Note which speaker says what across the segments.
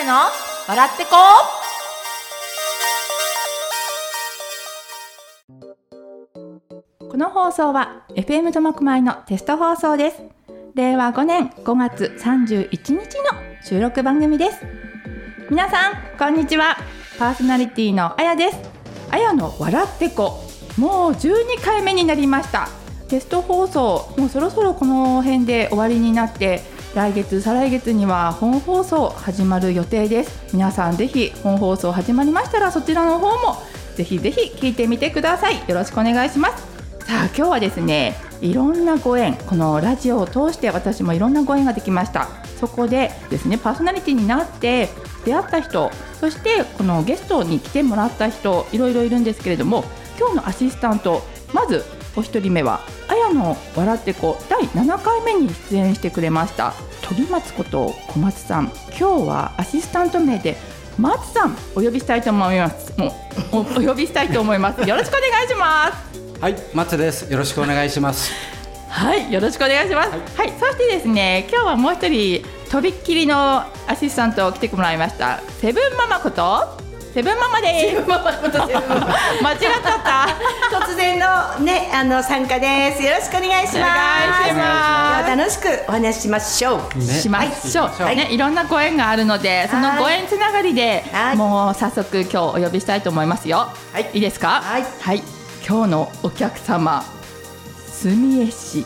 Speaker 1: れの笑ってこ
Speaker 2: この放送は FM ともくまいのテスト放送です令和5年5月31日の収録番組です皆さんこんにちはパーソナリティのあやですあやの笑ってこもう12回目になりましたテスト放送もうそろそろこの辺で終わりになって来月再来月には本放送始まる予定です皆さんぜひ本放送始まりましたらそちらの方もぜひぜひ聞いてみてくださいよろしくお願いしますさあ今日はですねいろんなご縁このラジオを通して私もいろんなご縁ができましたそこでですねパーソナリティになって出会った人そしてこのゲストに来てもらった人いろいろいるんですけれども今日のアシスタントまずお一人目は「あやの笑ってこ」第7回目に出演してくれました鳥松こと小松さん今日はアシスタント名で松さんお呼びしたいと思いますもうおお呼びしたいと思いますよろしくお願いします
Speaker 3: はい、マッツです。よろしくお願いします。
Speaker 2: はい、よろしくお願いします。はい、そしてですね、今日はもう一人とびっきりのアシスタントを来てもらいました。セブンママことセブンママです。
Speaker 1: ママこと
Speaker 2: 間違っちゃっ
Speaker 1: 突然のねあの参加ですよろしくお願いします
Speaker 2: お願いします
Speaker 1: では楽しくお話ししましょう
Speaker 2: た。しましょう、
Speaker 3: はい
Speaker 2: ね、いろんなご縁があるので、そのご縁つながりで
Speaker 1: は、い
Speaker 2: もう早速今日お呼びしたいと思いますよ。
Speaker 1: はい
Speaker 2: いいですか。
Speaker 1: はい
Speaker 2: 今日のお客様、住江市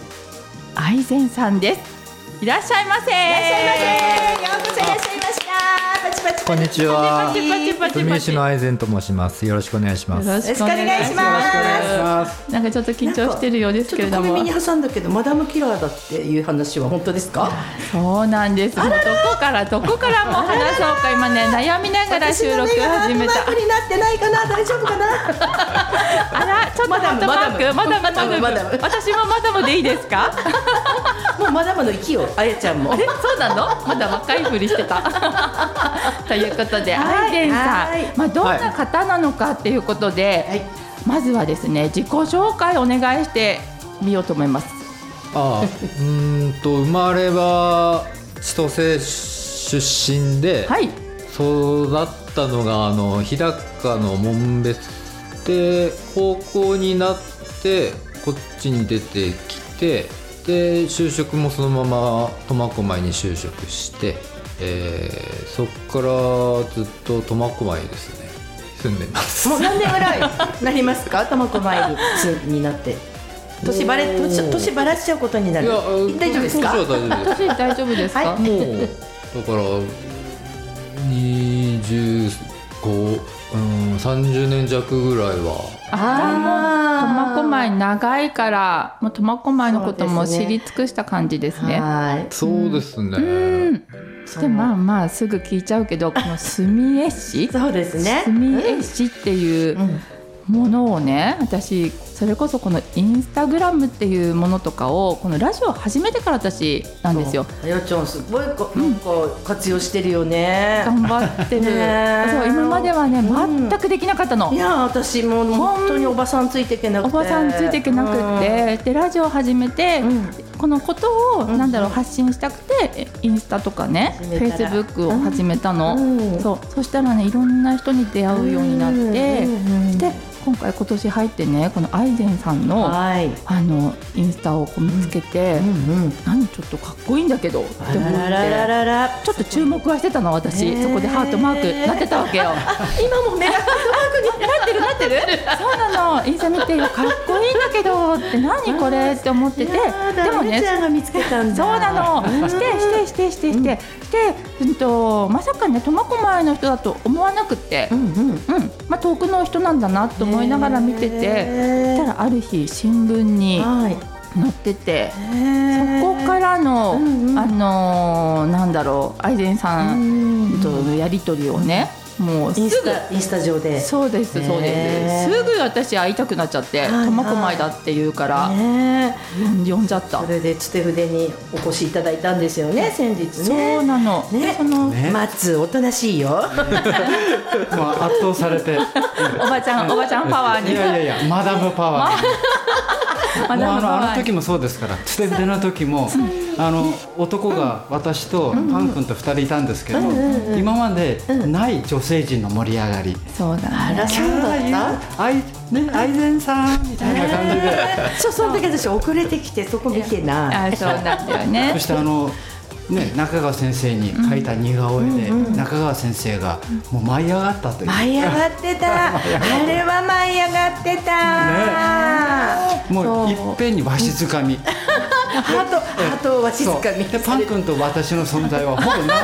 Speaker 2: 愛善さんです。いらっしゃいませ。いらっし
Speaker 1: いらっしゃいませようこそいらっしゃいましたパチパチパチ
Speaker 4: こんにち
Speaker 2: パ。
Speaker 4: は
Speaker 2: チパチパチパチ
Speaker 4: 富江市の愛善と申します。よろしくお願いします。
Speaker 1: よろしくお願いし
Speaker 3: よろ
Speaker 1: ま
Speaker 3: しくお願い
Speaker 1: す
Speaker 3: します。
Speaker 2: なんかちょっと緊張してるようです
Speaker 5: ち
Speaker 2: け
Speaker 5: ょ
Speaker 2: れ
Speaker 5: っと
Speaker 2: ど
Speaker 5: 小
Speaker 2: も
Speaker 5: 耳に挟んだけどマダムキラーだっていう話は本当ですか
Speaker 2: そうなんですもうどこからどこからもう話そうか今ね悩みながら収録
Speaker 5: 私の目が
Speaker 2: 始めた
Speaker 5: ハートマークになってないかな大丈夫かな
Speaker 2: あらちょっと
Speaker 5: マダム
Speaker 2: ハートマークマダム
Speaker 5: マダムマダム
Speaker 2: 私もマダムでいいですか
Speaker 5: もうマダムの息よあやちゃん も
Speaker 2: えそうなのまだ若いふりしてた ということでアイデンさ
Speaker 5: はい
Speaker 2: んまあどんな方なのかっていうことで、
Speaker 5: はい
Speaker 2: まずはですね自己紹介お願いしてみようと思います
Speaker 4: ああ、うーんと生まれは千歳出身で、
Speaker 2: はい
Speaker 4: 育ったのがあの日高の門別で高校になってこっちに出てきてで就職もそのまま苫小牧に就職して、えーそこからずっと苫小牧ですね住んでます。
Speaker 5: もう何年ぐらいなりますか苫小牧につになって年バレ年年バラしちゃうことにないる
Speaker 4: や
Speaker 5: 大丈夫ですか
Speaker 4: 当時は大丈夫です
Speaker 2: 私大丈夫ですか、
Speaker 5: は
Speaker 4: もうだから25うん30年弱ぐらいは
Speaker 2: ああ、もう苫
Speaker 5: あー
Speaker 2: 小牧長いから、もう苫小牧のことも知り尽くした感じですね。
Speaker 5: は
Speaker 4: そうですね、
Speaker 2: うん、
Speaker 5: い
Speaker 2: で、まあまあ、すぐ聞いちゃうけ ど、この住江市。
Speaker 5: そうですね
Speaker 2: 住江市っていう
Speaker 5: うん
Speaker 2: ものをね、私、それこそこのインスタグラムっていうものとかを、このラジオ始めてから私なんですよ。
Speaker 5: あやちゃんすごいこなんか活用してるよね
Speaker 2: 頑張ってる。
Speaker 5: ねえ
Speaker 2: そう、今まではね、
Speaker 5: うん
Speaker 2: 全くできなかったの。
Speaker 5: いや私もう本当におばさんついていけなくて
Speaker 2: おばさんついていけなくって、でラジオ始めて、
Speaker 5: うんうん
Speaker 2: このことを、
Speaker 5: うん
Speaker 2: なんだろう発信したくてインスタとかねフ
Speaker 5: 始
Speaker 2: ェ
Speaker 5: め
Speaker 2: イ
Speaker 5: た
Speaker 2: ス
Speaker 5: ら
Speaker 2: ブックを始めたの、
Speaker 5: うん
Speaker 2: そうそしたらねいろんな人に出会うようになって、
Speaker 5: うんうんうん
Speaker 2: で今回今年入ってねこのアイゼンさんの
Speaker 5: はい
Speaker 2: あのインスタをこう見つけて、
Speaker 5: うんうん
Speaker 2: 何ちょっとかっこいいんだけどって思っ
Speaker 5: あ
Speaker 2: て
Speaker 5: らららららら
Speaker 2: ちょっと注目はしてたの私、
Speaker 5: へー
Speaker 2: そこでハートマークなってたわけよ。
Speaker 5: 今も目が
Speaker 2: なってるそうなのインスタ見てよかっこいいんだけどって何これって思っててで
Speaker 5: で
Speaker 2: も
Speaker 5: も
Speaker 2: ね
Speaker 5: ねちゃんが見つけたんだ
Speaker 2: そうなのしてしてしてしてして、して、うん、とまさかね苫小牧の人だと思わなくて、う
Speaker 5: うんんうん
Speaker 2: まあ、遠くの人なんだなと思いながら見ててそ
Speaker 5: へ
Speaker 2: し
Speaker 5: ー
Speaker 2: たらある日新聞に
Speaker 5: はい
Speaker 2: 載ってて。そ
Speaker 5: へ
Speaker 2: こ
Speaker 5: ー
Speaker 2: からの、
Speaker 5: うんうん
Speaker 2: あのーなんだろう愛ンさ
Speaker 5: うんん
Speaker 2: とのやり取りをね、もうす
Speaker 5: インス
Speaker 2: ぐ
Speaker 5: タインスタ上で
Speaker 2: そうです
Speaker 5: ね
Speaker 2: そうです、すぐ私会いたくなっちゃって
Speaker 5: いはい
Speaker 2: 苫小牧だって言うから、
Speaker 5: ね
Speaker 2: 呼んじゃった
Speaker 5: それでつて筆にお越しいただいたんですよね先日
Speaker 2: そう
Speaker 5: ね
Speaker 2: なの、
Speaker 5: ね
Speaker 2: でその、
Speaker 3: ね
Speaker 5: 松おとなしいよ
Speaker 3: もう圧倒されて。
Speaker 2: おばちゃんおばちゃんパワー
Speaker 3: い
Speaker 2: に
Speaker 3: やいやいや、マダムパワー。
Speaker 2: マ
Speaker 3: もう
Speaker 2: ダ
Speaker 3: あ
Speaker 2: ム
Speaker 3: の
Speaker 2: ハ
Speaker 3: あ
Speaker 2: ワ
Speaker 3: の
Speaker 2: イ
Speaker 3: 時もそうですからつてぶての時もあの男が私とパン君と2人いたんですけど今までない女性陣の盛り上がり
Speaker 2: そうだ
Speaker 5: あ
Speaker 2: ね
Speaker 5: らそうだった
Speaker 3: あいね愛禅さんみたいな感じで
Speaker 5: そうその時私遅れてきてそこ見てない
Speaker 2: あそうなんだよね
Speaker 3: そしてあの、ね、中川先生に描いた似顔絵で、中川先生がもう舞い上がったという、
Speaker 5: 舞い上がってたあれは舞い上がってた
Speaker 3: もうい
Speaker 5: そう
Speaker 3: っぺんにわしづかみ、
Speaker 5: ハートハートをわしづかみ
Speaker 3: そうでパン君と私の存在はほぼな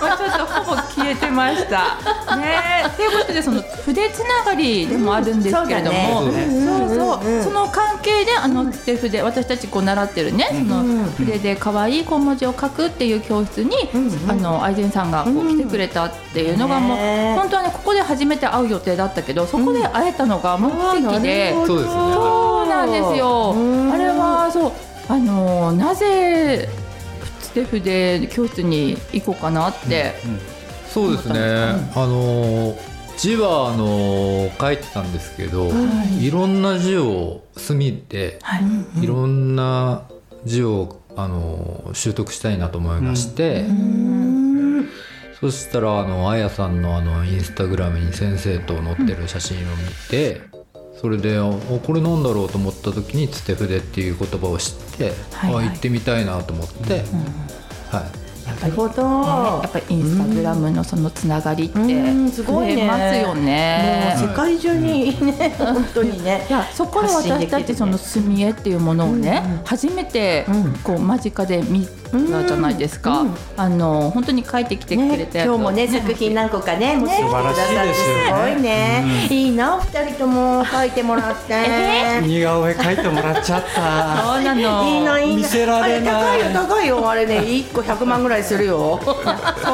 Speaker 2: もうちょっとほぼ消えてました。ねえ、ということでその筆つながりでもあるんですけれども、
Speaker 3: うんそうだね
Speaker 2: そうそうその関係であのつて筆私たちこう習ってるね、その筆で可愛い小文字を書くっていう教室に、あの愛人さんがこう来てくれたっていうのがもう、
Speaker 5: ねえ
Speaker 2: 本当はねここで初めて会う予定だったけどそこで会えたのが目的で。
Speaker 5: うん
Speaker 4: そうですね
Speaker 2: そうなんですよ。
Speaker 5: ん
Speaker 2: あれはそうあのなぜステフで教室に行こうかなって。
Speaker 4: そうですね、あの字はあの書いてたんですけど、い、ろんな字を墨で、
Speaker 2: はい。
Speaker 4: いろんな字をあの習得したいなと思いまして、そしたらあのあやさんのあのインスタグラムに先生と載ってる写真を見て、それであこれなんだろうと思った時に「つて筆」っていう言葉を知って、
Speaker 2: はいはい
Speaker 4: あ行ってみたいなと思って、はい、
Speaker 5: なるほど
Speaker 2: やっぱりインスタグラムのそのつながりって
Speaker 5: うんすごいね
Speaker 2: 増えますよね。
Speaker 5: もう世界中にね、本当にね。
Speaker 2: いやそこで
Speaker 5: 発信
Speaker 2: 私
Speaker 5: できる
Speaker 2: た
Speaker 5: ね
Speaker 2: ちその墨絵っていうものをね、初めて
Speaker 5: うん
Speaker 2: こう間近で見たじゃないですか、
Speaker 5: うん
Speaker 2: あの本当に書いてきてくれ
Speaker 5: ね、
Speaker 2: たやつ
Speaker 5: 今
Speaker 2: を
Speaker 5: 日もね作品何個かね持ってきてくださ
Speaker 3: 素晴ら
Speaker 5: っ
Speaker 3: しい
Speaker 5: て
Speaker 3: ですよね
Speaker 5: すごいね、いいなお二人とも書いてもらって、
Speaker 3: 似顔絵描いてもらっちゃっ
Speaker 2: そ
Speaker 3: た
Speaker 2: うなの
Speaker 5: いいないいな
Speaker 3: 見せられない
Speaker 5: あれ高いよ高いよあれね一個100万ぐらいするよ
Speaker 2: そ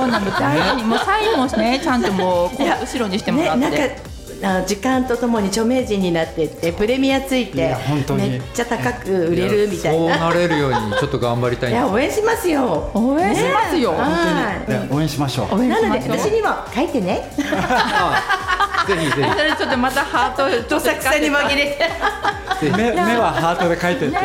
Speaker 2: うなの大事に もうサインもねちゃんともうこう
Speaker 5: いや
Speaker 2: 後ろにしても
Speaker 5: ね
Speaker 2: ら
Speaker 5: な
Speaker 2: っ
Speaker 5: ん
Speaker 2: て、
Speaker 5: かあ時間とともに著名人になってってプレミアつい
Speaker 3: い
Speaker 5: て
Speaker 3: や本当に
Speaker 5: めっちゃ高く売れるみたい
Speaker 4: そう
Speaker 5: な
Speaker 4: なれるようにちょっと頑張りたい
Speaker 5: い
Speaker 4: んです
Speaker 5: や応援しますよ
Speaker 2: 応援しますよ、
Speaker 5: は
Speaker 3: ね応援しましょ
Speaker 2: 応
Speaker 3: う
Speaker 2: 援
Speaker 5: い
Speaker 2: し
Speaker 5: なの
Speaker 2: ま
Speaker 5: で
Speaker 2: しょう
Speaker 5: 私にも書いてね
Speaker 4: あぜひぜ
Speaker 2: それちょっとまたハート
Speaker 5: どさくさに紛れて
Speaker 4: ひぜひ
Speaker 3: 目目はハートで描いてって、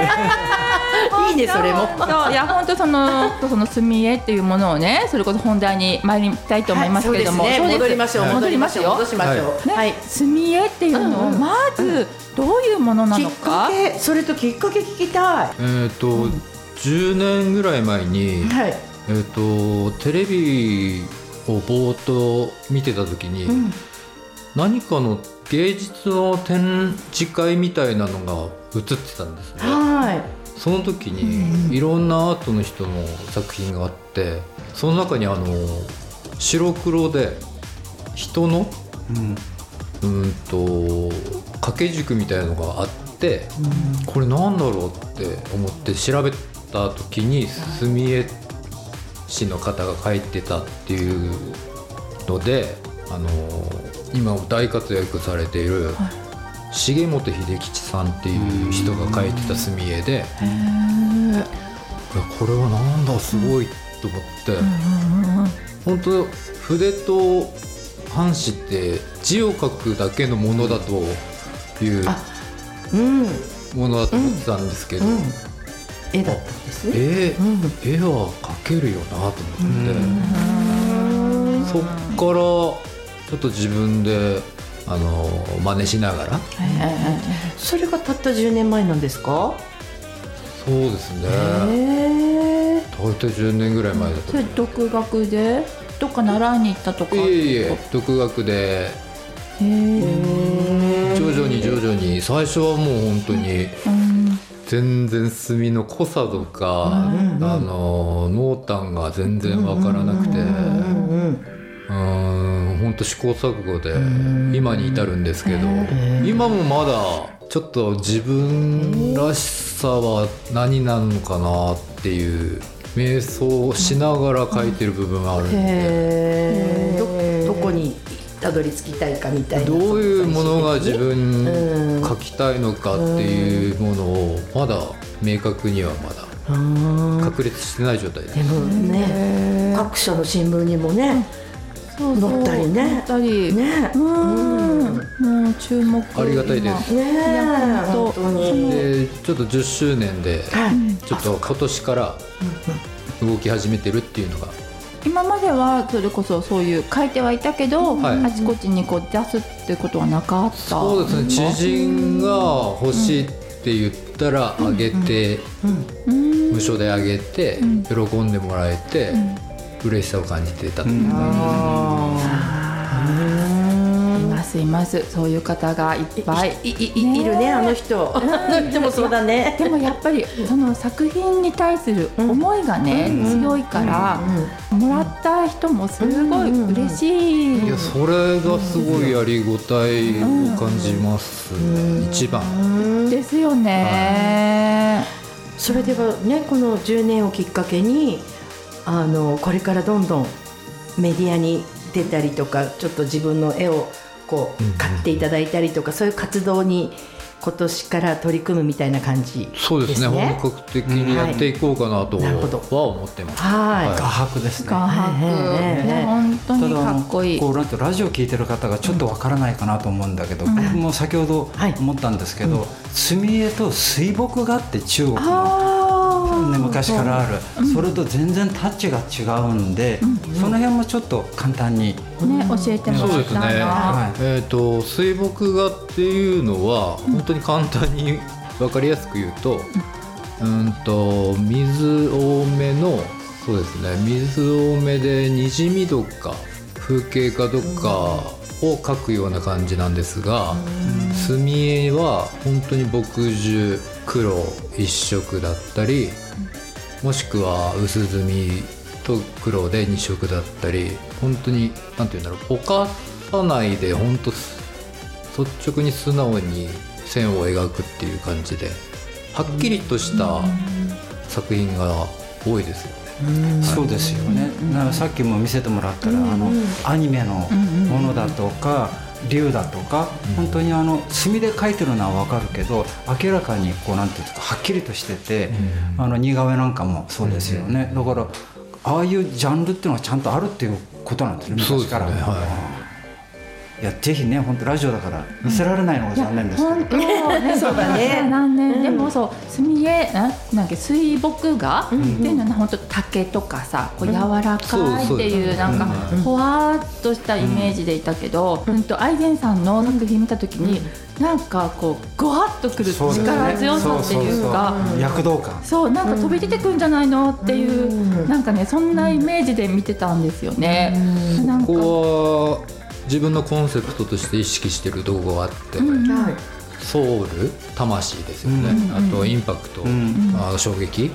Speaker 5: いいねそれも
Speaker 2: そういや本当そのその墨絵っていうものをねそれこそ本題に参りたいと思いますけれども、
Speaker 5: はいそ
Speaker 2: そう
Speaker 5: うですね
Speaker 2: です
Speaker 5: 戻りましょう
Speaker 2: はい
Speaker 5: 戻りましょう
Speaker 2: 戻
Speaker 5: 戻しましょう
Speaker 2: ね
Speaker 5: はい
Speaker 2: 墨絵っていうのをまずどういうものな
Speaker 5: き
Speaker 2: の
Speaker 5: っか
Speaker 2: か、
Speaker 5: けそれときっかけ聞きたい
Speaker 4: えっ、と、10年ぐらい前に、
Speaker 5: はい
Speaker 4: えー、とテレビをぼーっと見てた時に、何かの芸術の展示会みたいなのが映ってたんですね
Speaker 5: は
Speaker 4: その時にいろんなアートの人の作品があってその中にあの白黒で人の
Speaker 3: うん
Speaker 4: うーんと掛け軸みたいなのがあって、これなんだろうって思って調べた時に墨絵師の方が書いてたっていうので、あの今大活躍されている重本秀吉さんっていう人が書いてた墨絵で、いやこれはなんだすごいと思って。本当筆と半紙って字を書くだけのものだとい
Speaker 5: い
Speaker 4: う
Speaker 5: うん
Speaker 4: ものだと思ってたんですけど、
Speaker 5: うん絵だったんですね
Speaker 4: 絵
Speaker 5: ん
Speaker 4: 絵は描けるよなと思って、そっからちょっと自分であの真似しながら
Speaker 5: それがたった10年前なんですか
Speaker 4: そうですね
Speaker 5: へえ
Speaker 4: 大体10年ぐらい前だと
Speaker 2: それ
Speaker 4: 思
Speaker 2: 独学でどっか習いに行ったとか
Speaker 4: ういえいえ独学で
Speaker 2: へえ
Speaker 4: 徐々に徐々に最初はもう本当に全然墨の濃さとか、あの濃淡が全然わからなく
Speaker 5: うん
Speaker 4: て
Speaker 5: うん
Speaker 4: うーん本当試行錯誤で今に至るんですけど今もまだちょっと自分らしさは何なのかなっていう瞑想をしながら書いてる部分があるんで。
Speaker 5: へえどどこにたどり着きたいかみたいな
Speaker 4: どういうものが自
Speaker 5: 最終
Speaker 4: 分に書きたいのかっていうものをまだ明確にはまだ
Speaker 5: 的にうーん
Speaker 4: 確立してない状態で
Speaker 5: でもね各社の新聞にもね
Speaker 2: そうそう
Speaker 5: 乗ったりね
Speaker 2: 乗ったり
Speaker 5: ね
Speaker 2: うんもう注目
Speaker 4: ありがたいです
Speaker 5: ね
Speaker 2: いや
Speaker 5: え
Speaker 2: 本
Speaker 5: 本
Speaker 2: 当
Speaker 5: 当に
Speaker 4: でちょっと10周年で
Speaker 5: はい
Speaker 4: ちょっと今年から動き始めてるっていうのが
Speaker 2: 今今まではそれこそそういう書いてはいたけど、
Speaker 4: はい
Speaker 2: あちこちにこう出すってことはなかった
Speaker 4: そうですね知人が欲しいって言ったらあげて
Speaker 2: うん
Speaker 4: 無償であげて
Speaker 2: ん
Speaker 4: 喜んでもらえて嬉しさを感じてたっていうのが
Speaker 2: いますいますそういう方がいっぱい
Speaker 5: いいいいるねあの人でもそうだね
Speaker 2: でもやっぱりその作品に対する思いがね、強いから、もらった人もすごい嬉しい、
Speaker 4: いやそれがすごいやりごたえを感じますね一番
Speaker 2: ですよね、
Speaker 5: それではねこの10年をきっかけにあのこれからどんどんメディアに出たりとかちょっと自分の絵をこう買っていただいたりとかそういう活動に今年から取り組むみたいな感じですね。
Speaker 4: そうですね本格的にやっていこうかなと
Speaker 5: うんはいなるほど
Speaker 4: は思ってます
Speaker 5: はい
Speaker 3: 画伯ですね
Speaker 2: 画伯、
Speaker 5: ねえ
Speaker 2: ね、本当
Speaker 3: た
Speaker 2: に
Speaker 3: だ
Speaker 2: か
Speaker 3: あの
Speaker 2: っこいい。
Speaker 3: こうなんてラジオ聞いてる方がちょっとわからないかなと思うんだけど、僕も先ほど
Speaker 5: はい
Speaker 3: 思ったんですけど、墨絵と水墨画って中国の
Speaker 2: あ
Speaker 3: ね、昔からある、それと全然タッチが違うんで、その辺もちょっと簡単に、
Speaker 2: あ、ね、教えても
Speaker 4: そう
Speaker 2: ら
Speaker 4: で
Speaker 2: い
Speaker 4: すね
Speaker 2: たいな。
Speaker 3: はい
Speaker 4: えっと水墨画っていうのは本当に簡単に 分かりやすく言うとうんと水多めのそうですね水多めでにじみとか風景画とかを描くような感じなんですが墨絵は本当に墨汁黒一色だったりもしくは薄墨と黒で2色だったり本当に何て言うんだろうぼかさないで本当す率直に素直に線を描くっていう感じではっきりとした作品が多いですよね。
Speaker 3: そうですよね、だからさっきも見せてもらったら、あのアニメのものだとか、竜だとか、本当にあの墨で描いてるのはわかるけど明らかにこうなんていうんですかはっきりとしてて、あの似顔絵なんかもそうですよね、だからああいうジャンルっていうのがちゃんとあるっていうことなんですね
Speaker 4: そうで
Speaker 3: 昔
Speaker 4: す
Speaker 3: か
Speaker 4: ね
Speaker 3: ら。
Speaker 4: はい
Speaker 3: やぜひね本当ラジオだから見せられないのが残念ですけど、
Speaker 2: 本当ね、そうだね。何年でもそう墨絵ななんか水墨画っていうのは本当竹とかさ、こう柔らかいっていうなんかほわっとしたイメージでいたけど、うんとアイゼンさんの作品見た時になんかこうゴワっとくる
Speaker 3: そうですね
Speaker 2: 力強さっていうか。
Speaker 3: そうそうそう躍動感
Speaker 2: そうなんか飛び出てくんじゃないのっていう、なんかねそんなイメージで見てたんですよね。なんか
Speaker 4: ここは自分のコンセプトとして意識してる動画があって、
Speaker 5: はい
Speaker 4: ソウル魂ですよね、あとインパクト、
Speaker 3: ん
Speaker 4: あ衝撃、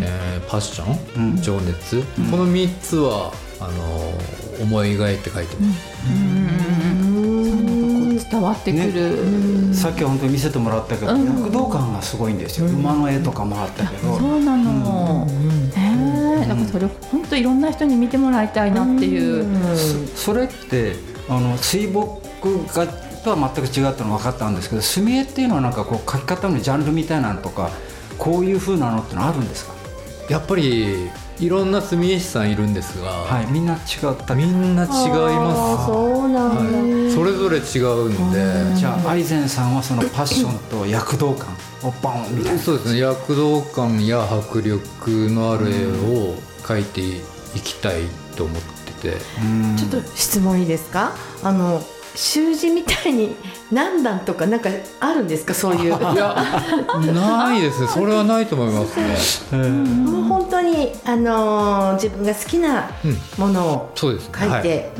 Speaker 4: えーパッション、
Speaker 3: うん
Speaker 4: 情熱、この3つはあのー思い描いて書いてます、
Speaker 2: なんかこう伝わってくる、
Speaker 3: さっき本当に見せてもらったけど、躍動感がすごいんですよ、馬の絵とかもあったけど、
Speaker 2: そうなの、ねえだからそれ本当いろんな人に見てもらいたいなっていう、
Speaker 3: そそれってあの水墨画とは全く違ったの分かったんですけど墨絵っていうのはなんかこう描き方のジャンルみたいなのとかこういう風なのってのあるんですか、
Speaker 4: やっぱりいろんな住石さんいるんですが、
Speaker 3: はい、みんな違った
Speaker 4: みんな違います、
Speaker 5: そうなん
Speaker 4: はい、それぞれ違うんで、
Speaker 3: じゃあアイゼンさんはそのパッションと躍動感をバンみたいな
Speaker 4: そうですね躍動感や迫力のある絵を描いていきたいと思ってて、
Speaker 3: うん
Speaker 5: ちょっと質問いいですかあの習字みたいに何段とかなんかあるんですかそういうも
Speaker 4: いやないですねそれはないと思いますね
Speaker 5: う本当にあのー自分が好きな
Speaker 4: うん
Speaker 5: ものを
Speaker 4: そうですね
Speaker 5: 書い
Speaker 4: はい
Speaker 5: て、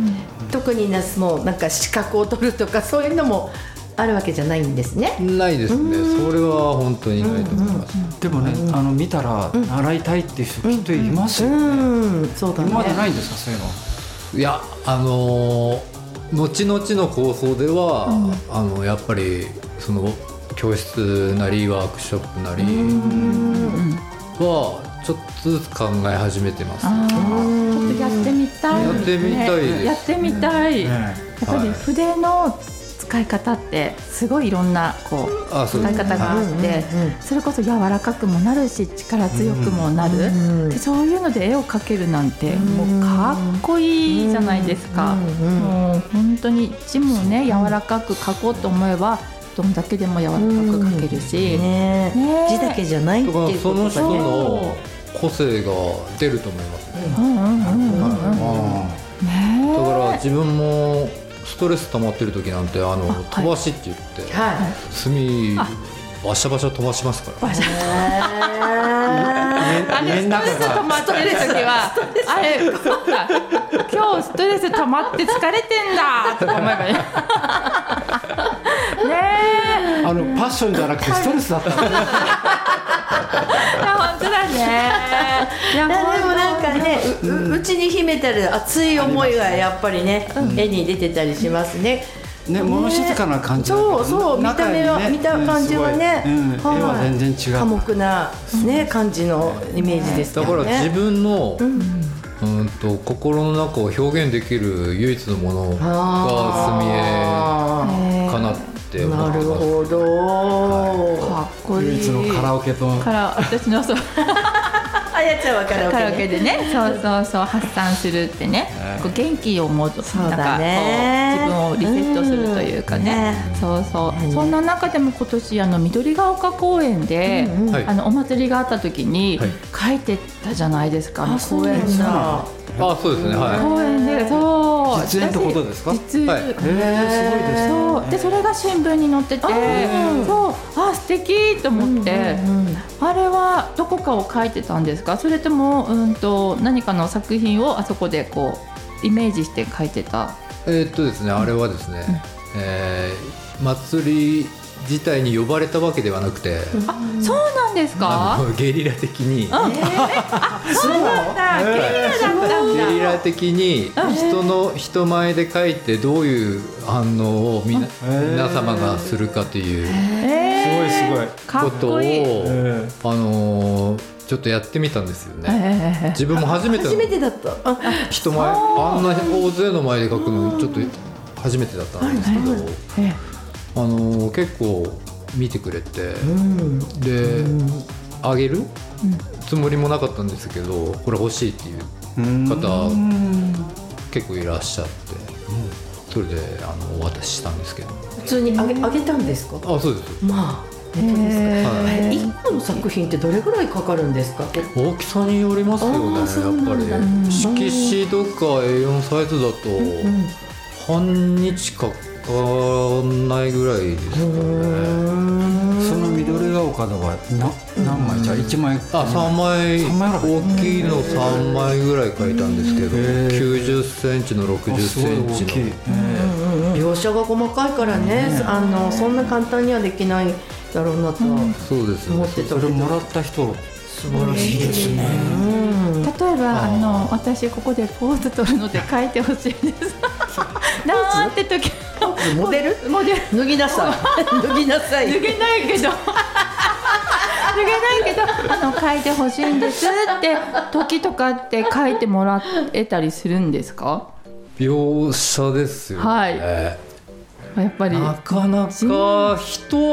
Speaker 5: 特になすもうなんか資格を取るとかそういうのもあるわけじゃないんですね。
Speaker 4: ないですねそれは本当にないと思います、
Speaker 3: でもね、あの見たら習いたいっていう人きっといますよ、
Speaker 5: うん、そうだ
Speaker 3: 今まで
Speaker 5: ね。
Speaker 3: ないんですかそういうの
Speaker 4: いやあのー後々の構想では、あのやっぱりその教室なりワークショップなりはちょっとずつ考え始めてます、
Speaker 2: あーちょっとやってみたい、
Speaker 4: やってみたいです
Speaker 2: やってみたい、
Speaker 3: ね
Speaker 2: やっぱり筆の使い方ってすごいいろんなこう
Speaker 4: あそう
Speaker 2: 使い方があってそれこそ柔らかくもなるし力強くもなる、でそういうので絵を描けるなんてもうかっこいいじゃないですか、もう本当に字もね柔らかく描こうと思えばどんだけでも柔らかく描けるし、
Speaker 5: ねえ
Speaker 2: ねえ
Speaker 5: 字だけじゃないって
Speaker 4: だ
Speaker 5: いうこ
Speaker 4: か
Speaker 5: と
Speaker 4: らそ
Speaker 5: だ
Speaker 4: の人
Speaker 5: ね
Speaker 4: の個性が出ると思いますね
Speaker 2: うんうんうんうんうん
Speaker 3: あ
Speaker 2: ね
Speaker 4: だから
Speaker 2: え
Speaker 4: 自分もストレス溜まってる時なんてあの
Speaker 2: あはい
Speaker 4: 飛ばしって言って
Speaker 5: は
Speaker 4: 炭バシャバシャ飛ばしますから
Speaker 3: あ
Speaker 2: あれストレス溜まってる時はあれそうだ今日ストレス溜まって疲れてんだとか思え ばいいねえ
Speaker 3: あのパッションじゃなくてストレスだったの
Speaker 2: いや本当だねいや
Speaker 5: い、あでも
Speaker 2: 本
Speaker 5: なんかねうううちに秘めたる熱い思いがやっぱりね、絵に出てたりしますね、
Speaker 3: ね物静かな感じだけど
Speaker 5: そうそう見た目は、
Speaker 3: 中にね
Speaker 5: 見た感じはね、
Speaker 3: うんすごいうん絵は全然違う
Speaker 5: 寡黙なね感じのイメージです
Speaker 4: だ
Speaker 5: よ
Speaker 4: か
Speaker 5: ね
Speaker 4: ら自分のうんと心の中を表現できる唯一のもの
Speaker 2: 当へ
Speaker 5: あ
Speaker 4: が炭絵かなって
Speaker 5: ー
Speaker 4: 思
Speaker 5: な
Speaker 4: って
Speaker 5: る
Speaker 4: ます
Speaker 5: ほど、
Speaker 2: えかっこいい
Speaker 3: 唯一のカラオケと
Speaker 2: から私のそう
Speaker 5: あやちゃんはカラオケ
Speaker 2: カ
Speaker 5: ね
Speaker 2: ラオケでねそうそうそう発散するってね
Speaker 3: ね
Speaker 2: こう元気をもう
Speaker 5: そう
Speaker 2: なんか
Speaker 5: だね
Speaker 2: こう自分をリセットするというかねそうそうそんな中でも今年あの緑ヶ丘公園で
Speaker 5: うん
Speaker 4: うんはい
Speaker 2: あのお祭りがあった時に
Speaker 4: はい
Speaker 2: 書いてたじゃないですかあの公園の
Speaker 5: そうなんだ
Speaker 4: あそうですねは
Speaker 2: 公園でそう
Speaker 3: 実演ってことですか
Speaker 2: 私実
Speaker 4: はい
Speaker 3: えーすごいですね
Speaker 2: そうでそれが新聞に載っててそうあ素敵と思って、あれはどこかを書いてたんですかそれともうんと何かの作品をあそこでこうイメージして書いてた
Speaker 4: いえーっとですねあれはですねえー祭り自体に呼ばれたわけではなくて
Speaker 2: あそうなんです
Speaker 4: あ
Speaker 2: か
Speaker 4: の ゲリラ的に
Speaker 2: そうなんだゲリラだったんだ
Speaker 4: ゲリラ的に人の人前で書いてどういう反応をみな
Speaker 3: うん
Speaker 4: 皆様がするかという
Speaker 3: す
Speaker 2: え
Speaker 3: ごいすごい
Speaker 2: ー、か
Speaker 4: こ
Speaker 2: っ
Speaker 4: とを
Speaker 2: こいい
Speaker 3: え
Speaker 4: あのーちょっとやってみたんですよね。
Speaker 2: え
Speaker 4: 自分も初めての
Speaker 5: 初めてだったあ
Speaker 4: 人前あんな大勢の前で書くのちょっと初めてだったんですけ
Speaker 2: ーえ
Speaker 4: ど、あのー結構見てくれて、
Speaker 5: うん
Speaker 4: で、あげるつもりもなかったんですけどこれ欲しいっていう
Speaker 3: うん
Speaker 4: 方結構いらっしゃって、それであのお渡ししたんですけど
Speaker 5: 普通にあげあげたんですか
Speaker 4: あそうです
Speaker 5: まあ
Speaker 2: ー
Speaker 4: は
Speaker 5: 一個の作品ってどれぐらいかかるんですか
Speaker 4: 大きさによりますよね
Speaker 5: あーそうなんだ
Speaker 4: やっぱり色紙とか A4 サイズだと半日かかんないぐらいですかね
Speaker 3: その緑が丘ではな何枚じゃ一枚
Speaker 4: あ3枚
Speaker 3: 三枚ぐらい
Speaker 4: 大きいの3枚ぐらい書いたんですけど
Speaker 3: へー
Speaker 4: 9 0ンチの6
Speaker 3: あすごい
Speaker 4: 0ン
Speaker 3: 大き
Speaker 4: チ
Speaker 3: い
Speaker 4: の
Speaker 3: え
Speaker 5: 描写が細かいからねあのそんな簡単にはできないだろうなと思
Speaker 4: そうですね
Speaker 5: って
Speaker 3: え
Speaker 5: た
Speaker 3: そ
Speaker 5: けど
Speaker 3: れもらった人
Speaker 5: 素晴らしいですね
Speaker 2: 例えばあの私ここでポーズ取るので書いてほしいです。 なんて時
Speaker 5: モデル
Speaker 2: モデル
Speaker 5: 脱ぎなさい 脱ぎなさい
Speaker 2: 脱げないけど 脱げないけどあの書いてほしいんですって時とかって書いてもらえたりするんですか
Speaker 4: 描写ですよね、
Speaker 2: はいやっぱり
Speaker 4: なかなか人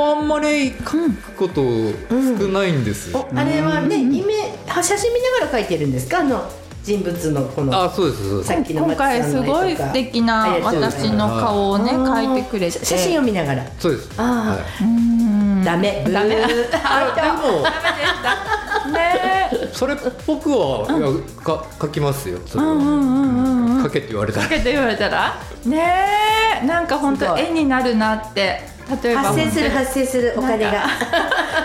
Speaker 4: あんまり書くこと少ないんですよ、
Speaker 5: おあれはねイメは写真見ながら描いてるんですかあの人物のこの
Speaker 4: あそうですそうです
Speaker 5: さっきの
Speaker 2: 今回
Speaker 5: 松さんの絵とか
Speaker 2: すごい素敵な私の顔をね
Speaker 5: あ
Speaker 2: 書
Speaker 5: ー
Speaker 2: いてくれて
Speaker 5: 写真を
Speaker 2: を
Speaker 5: 見ながら
Speaker 4: そうです
Speaker 5: あ
Speaker 4: はい
Speaker 5: ダメダメ
Speaker 4: で
Speaker 2: ね
Speaker 4: もそれっぽくは、いやか書きますよそれは、書けって言われたら
Speaker 2: かけて言われたらねえなんか本
Speaker 5: す
Speaker 2: 当
Speaker 5: ごい
Speaker 2: 絵になるなって例えば
Speaker 5: 発生する
Speaker 2: 本当に
Speaker 5: 発生するお金が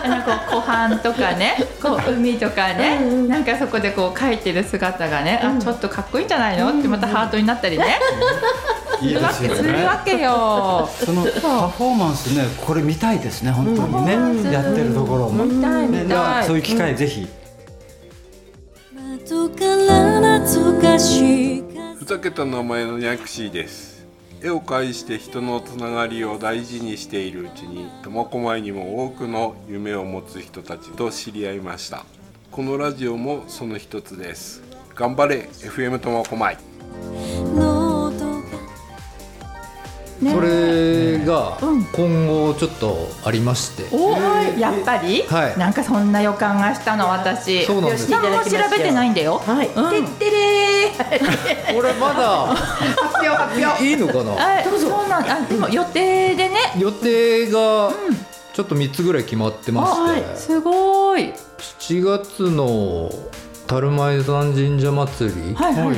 Speaker 2: なんかこう湖畔とか ねこう海とかねなんかそこでこう描いてる姿がね、あちょっとかっこいいんじゃないのってまたハートになったりね、
Speaker 3: いいですすよ
Speaker 2: る
Speaker 3: ね
Speaker 2: わけよ。
Speaker 3: そのパフォーマンスねこれ見たいですね本当にねやってるところも
Speaker 2: 見たい
Speaker 3: ね
Speaker 2: 見
Speaker 3: だから
Speaker 2: たい
Speaker 3: そういう機会ぜひ
Speaker 6: 窓から懐かしい
Speaker 7: ふざけた名前のヤクシーです絵を介して人のつながりを大事にしているうちに苫小牧にも多くの夢を持つ人たちと知り合いましたこのラジオもその一つです頑張れ FM 苫小牧
Speaker 6: の音が
Speaker 2: ね
Speaker 4: それが
Speaker 2: うん
Speaker 4: 今後ちょっとありまして、
Speaker 2: おーやっぱり、
Speaker 4: はい
Speaker 2: なんかそんな予感がしたの私
Speaker 4: そうなんですよ
Speaker 2: 何も調べてないんだよ
Speaker 5: はい
Speaker 2: うん
Speaker 5: てれー
Speaker 4: これま だ
Speaker 5: 発表発表
Speaker 4: いいいのかな
Speaker 2: あそうなんあでも予定でね
Speaker 4: 予定がちょっと3つぐらい決まってまして、
Speaker 2: すごい
Speaker 4: 7月の樽前山神社祭り
Speaker 2: はいはい、
Speaker 3: はい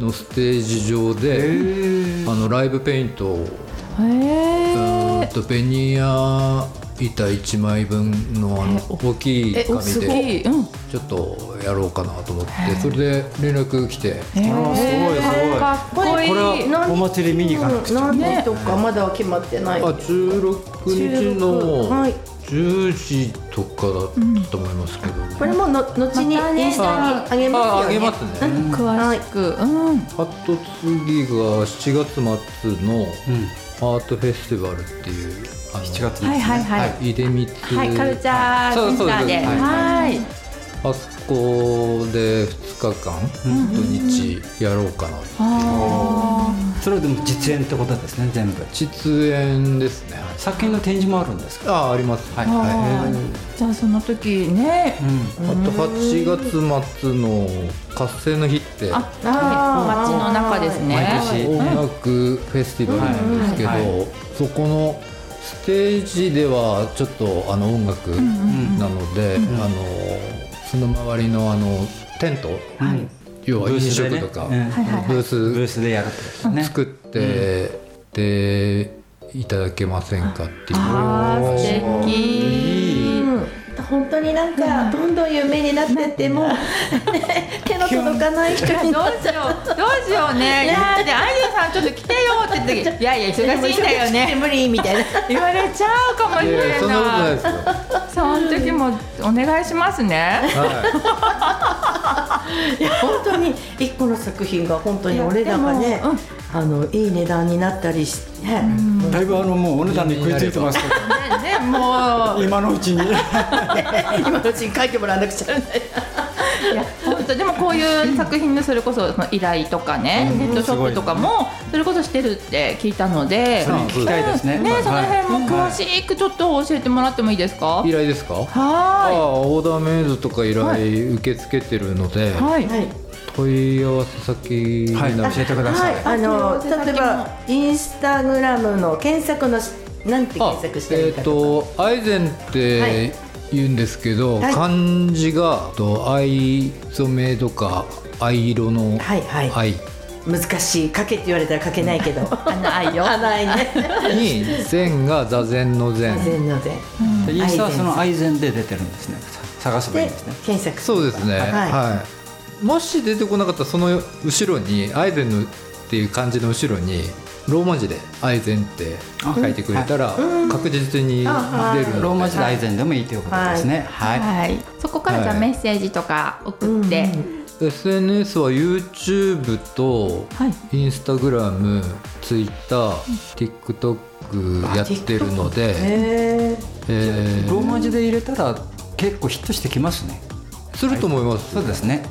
Speaker 4: のステージ上
Speaker 3: え
Speaker 4: で、
Speaker 3: ー
Speaker 4: あのライブペイントを
Speaker 2: へ
Speaker 4: う
Speaker 2: ー
Speaker 4: ーんとベニヤ板1枚分のあの大きい
Speaker 2: えお
Speaker 4: 紙
Speaker 2: すご
Speaker 4: で
Speaker 2: い、うん、
Speaker 4: ちょっとやろうかなと思ってそれで連絡来て
Speaker 2: へー
Speaker 3: あーすごいすごい
Speaker 2: かっこいい
Speaker 3: これはお祭り見に行かなくちゃ
Speaker 5: 何時とかまだ決まってな
Speaker 4: あ
Speaker 5: い
Speaker 4: 16日の
Speaker 5: はい
Speaker 4: 10時とかだったと思いますけど、
Speaker 5: これもの後にイ
Speaker 2: またね
Speaker 5: ンスタにあげ
Speaker 4: あ
Speaker 5: ます
Speaker 4: あげ
Speaker 5: よね
Speaker 4: ますね、
Speaker 2: 詳しく、うん
Speaker 4: あと次が7月末の
Speaker 3: うん
Speaker 4: アートフェスティバルっていうあの
Speaker 3: 7月
Speaker 2: はいはい
Speaker 3: い
Speaker 2: はい、
Speaker 4: 出光
Speaker 2: はい、カルチャーセンターで、
Speaker 4: そうそうそうはい
Speaker 2: はい、
Speaker 4: あそこで2日間土日やろうかな、
Speaker 2: あ
Speaker 3: それはでも実演ってことですね全部
Speaker 4: 実演ですね
Speaker 3: 作品の展示もあるんですか
Speaker 4: ああります
Speaker 3: はい
Speaker 2: ー
Speaker 3: は
Speaker 2: あーじゃあその時ね
Speaker 3: い、うん
Speaker 4: あと8月末の活性の日って
Speaker 2: あ、はい、街の中ですね。
Speaker 3: 毎年
Speaker 4: 音楽フェスティバルなんですけど、
Speaker 3: はいは
Speaker 4: そこのステージではちょっとあの音楽なので、あのその周りのあのテント、
Speaker 3: うん
Speaker 4: 要は
Speaker 3: ブー
Speaker 4: 飲
Speaker 3: スでね
Speaker 4: 食とか
Speaker 3: うんはい
Speaker 2: はいはい
Speaker 4: ブー
Speaker 3: ブ
Speaker 4: ス
Speaker 3: ースでやるってことね
Speaker 4: 作って、でいただけませんかっていう。
Speaker 2: あー素敵。
Speaker 5: うん本当になんかどんどん有名になってっても、ね 手の届かない人に
Speaker 2: どうしよう、どうしようね。いやーで、アイドルさんちょっと来てよって言った時、いやいや忙しいんだよ ね。
Speaker 5: 無理みたいな
Speaker 2: 言われちゃうかもし
Speaker 4: いやい
Speaker 2: れ
Speaker 4: やそんなことない
Speaker 2: な
Speaker 4: で
Speaker 2: い。
Speaker 4: すよ。
Speaker 2: その時もお願いしますね。
Speaker 4: は
Speaker 5: 本当に一個の作品が本当に俺らがね、あのいい値段になったりして、
Speaker 3: だいぶあのもうお値段に食いついてますけど
Speaker 2: ね、もう、
Speaker 3: 今のうちに
Speaker 5: 今のうちに書いてもらわなくちゃみたい
Speaker 2: いや、本当でもこういう作品のそれこそ、その依頼とかね、ネットショップとかも。それこそしてるって聞いたので。
Speaker 3: それ聞きたいですね
Speaker 2: ね、その
Speaker 3: はい
Speaker 2: 辺も詳しくちょっと教えてもらってもいいですか。
Speaker 4: い、依頼ですか？あ
Speaker 2: は
Speaker 4: あオーダーメイドとか依頼受け付けてるので、
Speaker 2: ーい。はい。
Speaker 5: な。はい
Speaker 4: 問い合わせ先にな
Speaker 3: はい
Speaker 4: る、
Speaker 3: 教えてください
Speaker 5: はい、あの例えばインスタグラムの検索のしなんて検索して
Speaker 4: え
Speaker 5: る
Speaker 4: っ、
Speaker 5: かと
Speaker 4: とアイゼンっ
Speaker 5: はい
Speaker 4: て言うんですけど、
Speaker 5: はい
Speaker 4: 漢字がと藍染めとか藍色の
Speaker 5: はいはい
Speaker 4: 藍
Speaker 5: 難しい書けって言われたら書けないけ ど
Speaker 2: ないよ。
Speaker 5: ない ね
Speaker 4: に禅が座禅の禅
Speaker 5: 全ので
Speaker 3: インスタはその愛禅で出てるんですね探せばいいん
Speaker 5: で
Speaker 3: ですね
Speaker 5: 検索
Speaker 4: そうですね
Speaker 5: は
Speaker 4: はいい、もし出てこなかったらその後ろにアイゼンのっていう漢字の後ろにローマ字で「アイゼン」って書いてくれたら確実に出るので
Speaker 3: ローマ字で愛禅でもいいということですねはい、
Speaker 2: はい。そこからじゃあ
Speaker 4: はい
Speaker 2: メッセージとか送って。
Speaker 4: SNS は YouTube と
Speaker 2: はい
Speaker 4: Instagram、Twitter、TikTok やってるので、
Speaker 5: へ
Speaker 4: えー
Speaker 3: ローマ字で入れたら結構ヒットしてきますね
Speaker 4: すると思います
Speaker 3: そう。ですね、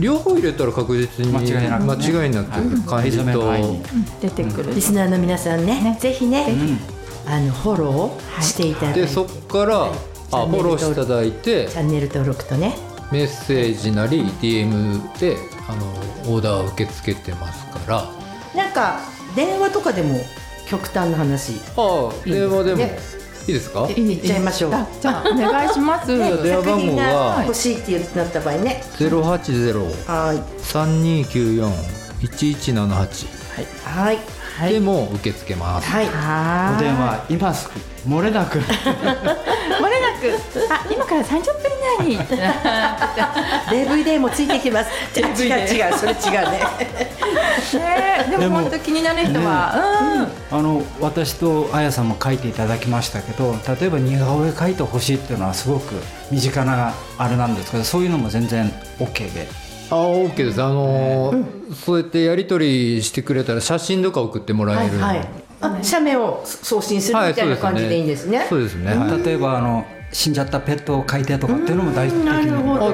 Speaker 4: 両方入れたら確実に
Speaker 3: 間違いなくね
Speaker 4: 間違いなく感じ
Speaker 3: 藍染め
Speaker 4: と
Speaker 3: の愛に
Speaker 2: 出てくる。
Speaker 5: リスナーの皆さんねぜひね
Speaker 3: ん
Speaker 5: あのフォローしていただいて
Speaker 4: で
Speaker 5: チ
Speaker 4: そこからあフォローしていただいて
Speaker 5: ャンネル登録とね
Speaker 4: メッセージなり DM であのオーダーを受け付けてますから
Speaker 5: なんか電話とかでも極端な話
Speaker 4: あ電話でもい
Speaker 5: ね
Speaker 4: いですか
Speaker 5: いっちゃいましょう
Speaker 2: あじゃあお願いし ます。
Speaker 4: 電話番号は
Speaker 5: 欲しいってなった場合ね
Speaker 4: 080
Speaker 5: はい
Speaker 4: 三二九四一一七八
Speaker 5: はい
Speaker 4: でも受け付けます。
Speaker 5: はい
Speaker 3: お
Speaker 2: あ
Speaker 3: 電話今すぐ漏れなく
Speaker 2: あ、もれなく、あ、今から30分以内に。
Speaker 5: DVD もついてきます違う違うそれ違うね
Speaker 2: ねえ、で
Speaker 3: で
Speaker 2: も
Speaker 3: も
Speaker 2: 本当気になる人は、
Speaker 3: あの私とあやさんも書いていただきましたけど例えば似顔絵描いてほしいっていうのはすごく身近なあれなんですけどそういうのも全然 OK で
Speaker 4: あ、OK です。あのーそうやってやり取りしてくれたら写真とか送ってもら
Speaker 5: は
Speaker 4: え
Speaker 5: い
Speaker 4: る。
Speaker 5: はいあ写メを送信するみたいな感じでいいんですね
Speaker 4: そうですね。はい
Speaker 3: 例えばあの死んじゃったペットを飼いてとかっていうのも大事的な
Speaker 4: あ、全然大丈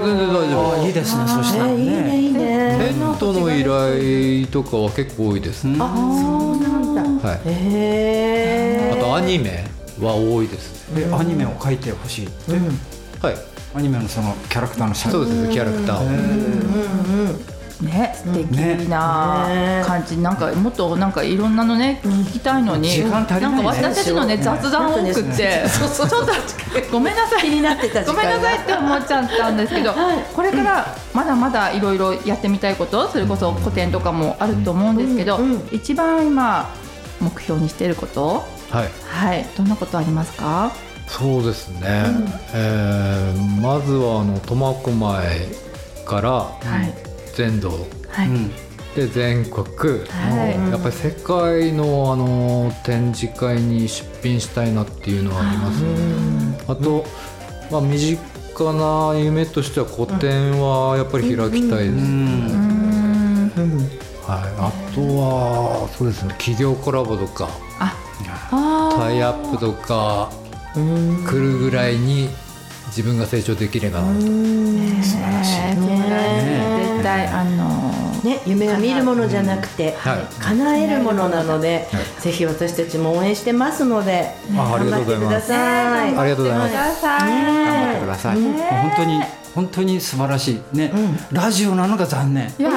Speaker 3: あ
Speaker 4: 夫。
Speaker 3: いいですねそしたら
Speaker 5: えーいいね
Speaker 3: ね
Speaker 5: いいね
Speaker 4: ペットの依頼とかは結構多いですね。
Speaker 5: あそうなんだ
Speaker 4: はい
Speaker 5: へ
Speaker 4: あ
Speaker 5: ー
Speaker 4: とアニメは多いですね
Speaker 3: でアニメを描いてほしいって、
Speaker 4: はい
Speaker 3: アニメのそのキャラクターの写
Speaker 4: そうですねキャラクターを
Speaker 2: ね素敵な
Speaker 5: ね
Speaker 2: 感じ、なんかもっとなんかいろんなのね聞きたいのに、
Speaker 3: 時間足りないね
Speaker 2: んか私たちのね雑談多くって、ちょっと ごめんなさい
Speaker 5: 気になってた時
Speaker 2: ご
Speaker 5: 間が
Speaker 2: めんなさいって思っちゃったんですけど、これからまだまだいろいろやってみたいことそれこそ古典とかもあると思うんですけど、
Speaker 5: うんうん
Speaker 2: 一番今目標にしてること
Speaker 4: はい
Speaker 2: はいどんなことありますか
Speaker 4: そうですね、えーまずはあの苫小牧から
Speaker 2: はい
Speaker 4: 全土
Speaker 2: はい、
Speaker 3: うん
Speaker 4: で全国、
Speaker 2: はい
Speaker 4: やっぱり世界のあの展示会に出品したいなっていうのはありますねあと、まあ、身近な夢としては個展はやっぱり開きたいで
Speaker 3: う
Speaker 4: す、
Speaker 3: ん
Speaker 2: うん
Speaker 4: はい、あとはそうですね企業コラボとか
Speaker 2: ああー
Speaker 4: タイアップとか来るぐらいに自分が成長できればなと
Speaker 3: 素晴らしい
Speaker 2: ねえ絶対あの
Speaker 5: ね、夢は見るものじゃなくて、
Speaker 4: はい
Speaker 5: 叶えるものなので、ぜひ私たちも応援してますので、
Speaker 4: あありがとうございます
Speaker 5: 頑張ってください。
Speaker 4: ありがとうございます
Speaker 2: ください、
Speaker 3: 頑張ってください、もう本当に本当に素晴らしいね、ラジオなのが残念
Speaker 2: いや、ね、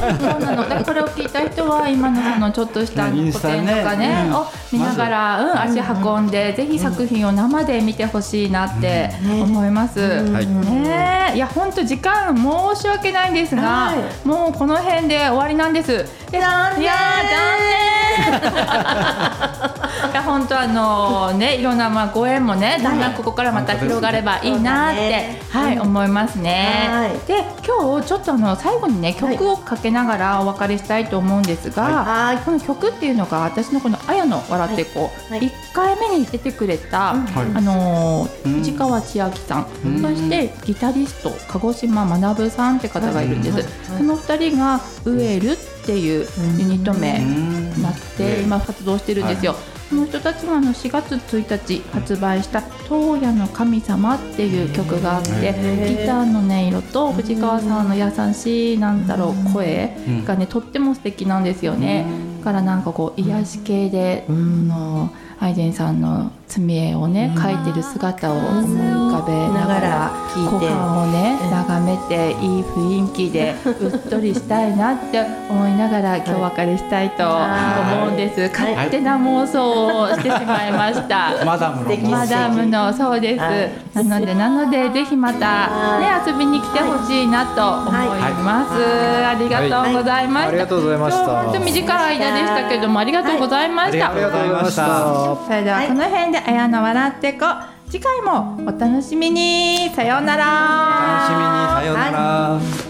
Speaker 2: そうなの。だからこれを聞いた人は今のそのちょっとした
Speaker 3: ねイ
Speaker 2: 古典
Speaker 3: ン
Speaker 2: と
Speaker 3: スタね
Speaker 2: かね、
Speaker 3: うん
Speaker 2: を見ながら、うん、足運んで、ぜひ作品を生で見てほしいなって思います。
Speaker 4: はい
Speaker 2: ねえ、いや本当時間申し訳ないんですが、
Speaker 5: はい
Speaker 2: もうこの辺で終わりなんです。でいやー残念。 いや本当あのねいろんなまあご縁もねだんだんここからまた広がればいいなって、はい、思いますね。
Speaker 5: はい
Speaker 2: で今日ちょっとあの最後にね曲をかけながらお別れしたいと思うんですが、
Speaker 5: はい
Speaker 2: この曲っていうのが私のこの「あやの笑ってこう」
Speaker 5: はいはい
Speaker 2: 1回目に出てくれた、あのー
Speaker 3: うん
Speaker 2: 藤川千秋さん、
Speaker 3: うん
Speaker 2: そしてギタリスト鹿児島学さんって方がいるんです、その2人が「ウエル」っていうユニット名
Speaker 3: うん
Speaker 2: になって今活動してるんですよ。その人たちがあの4月1日発売した「東野の神様」っていう曲があってギターの音色と藤川さんの優しいなんだろう声がねとっても素敵なんですよね。だからなんかこう癒し系で、あのアイデンさんの墨絵をね描いてる姿を思い浮かべなが
Speaker 5: ながら
Speaker 2: ら
Speaker 5: 聞いて
Speaker 2: 後半をね眺めていい雰囲気でうっとりしたいなって思いながら今日お別れしたいと思うんです勝手な妄想をしてしまいました。
Speaker 3: マダムの
Speaker 5: 敵
Speaker 2: マダムのそうです、
Speaker 5: はい
Speaker 2: なのでなのでぜひまたね遊びに来てほしいなと思います、ありがとうございました、
Speaker 4: はいありがとうございました
Speaker 2: 今日は本当短い間でしたけどもありがとうございました、
Speaker 3: ありがとうございました
Speaker 2: それではこの辺で「あやの笑ってこ」次回もお楽しみにさようなら
Speaker 3: 楽しみにさようなら、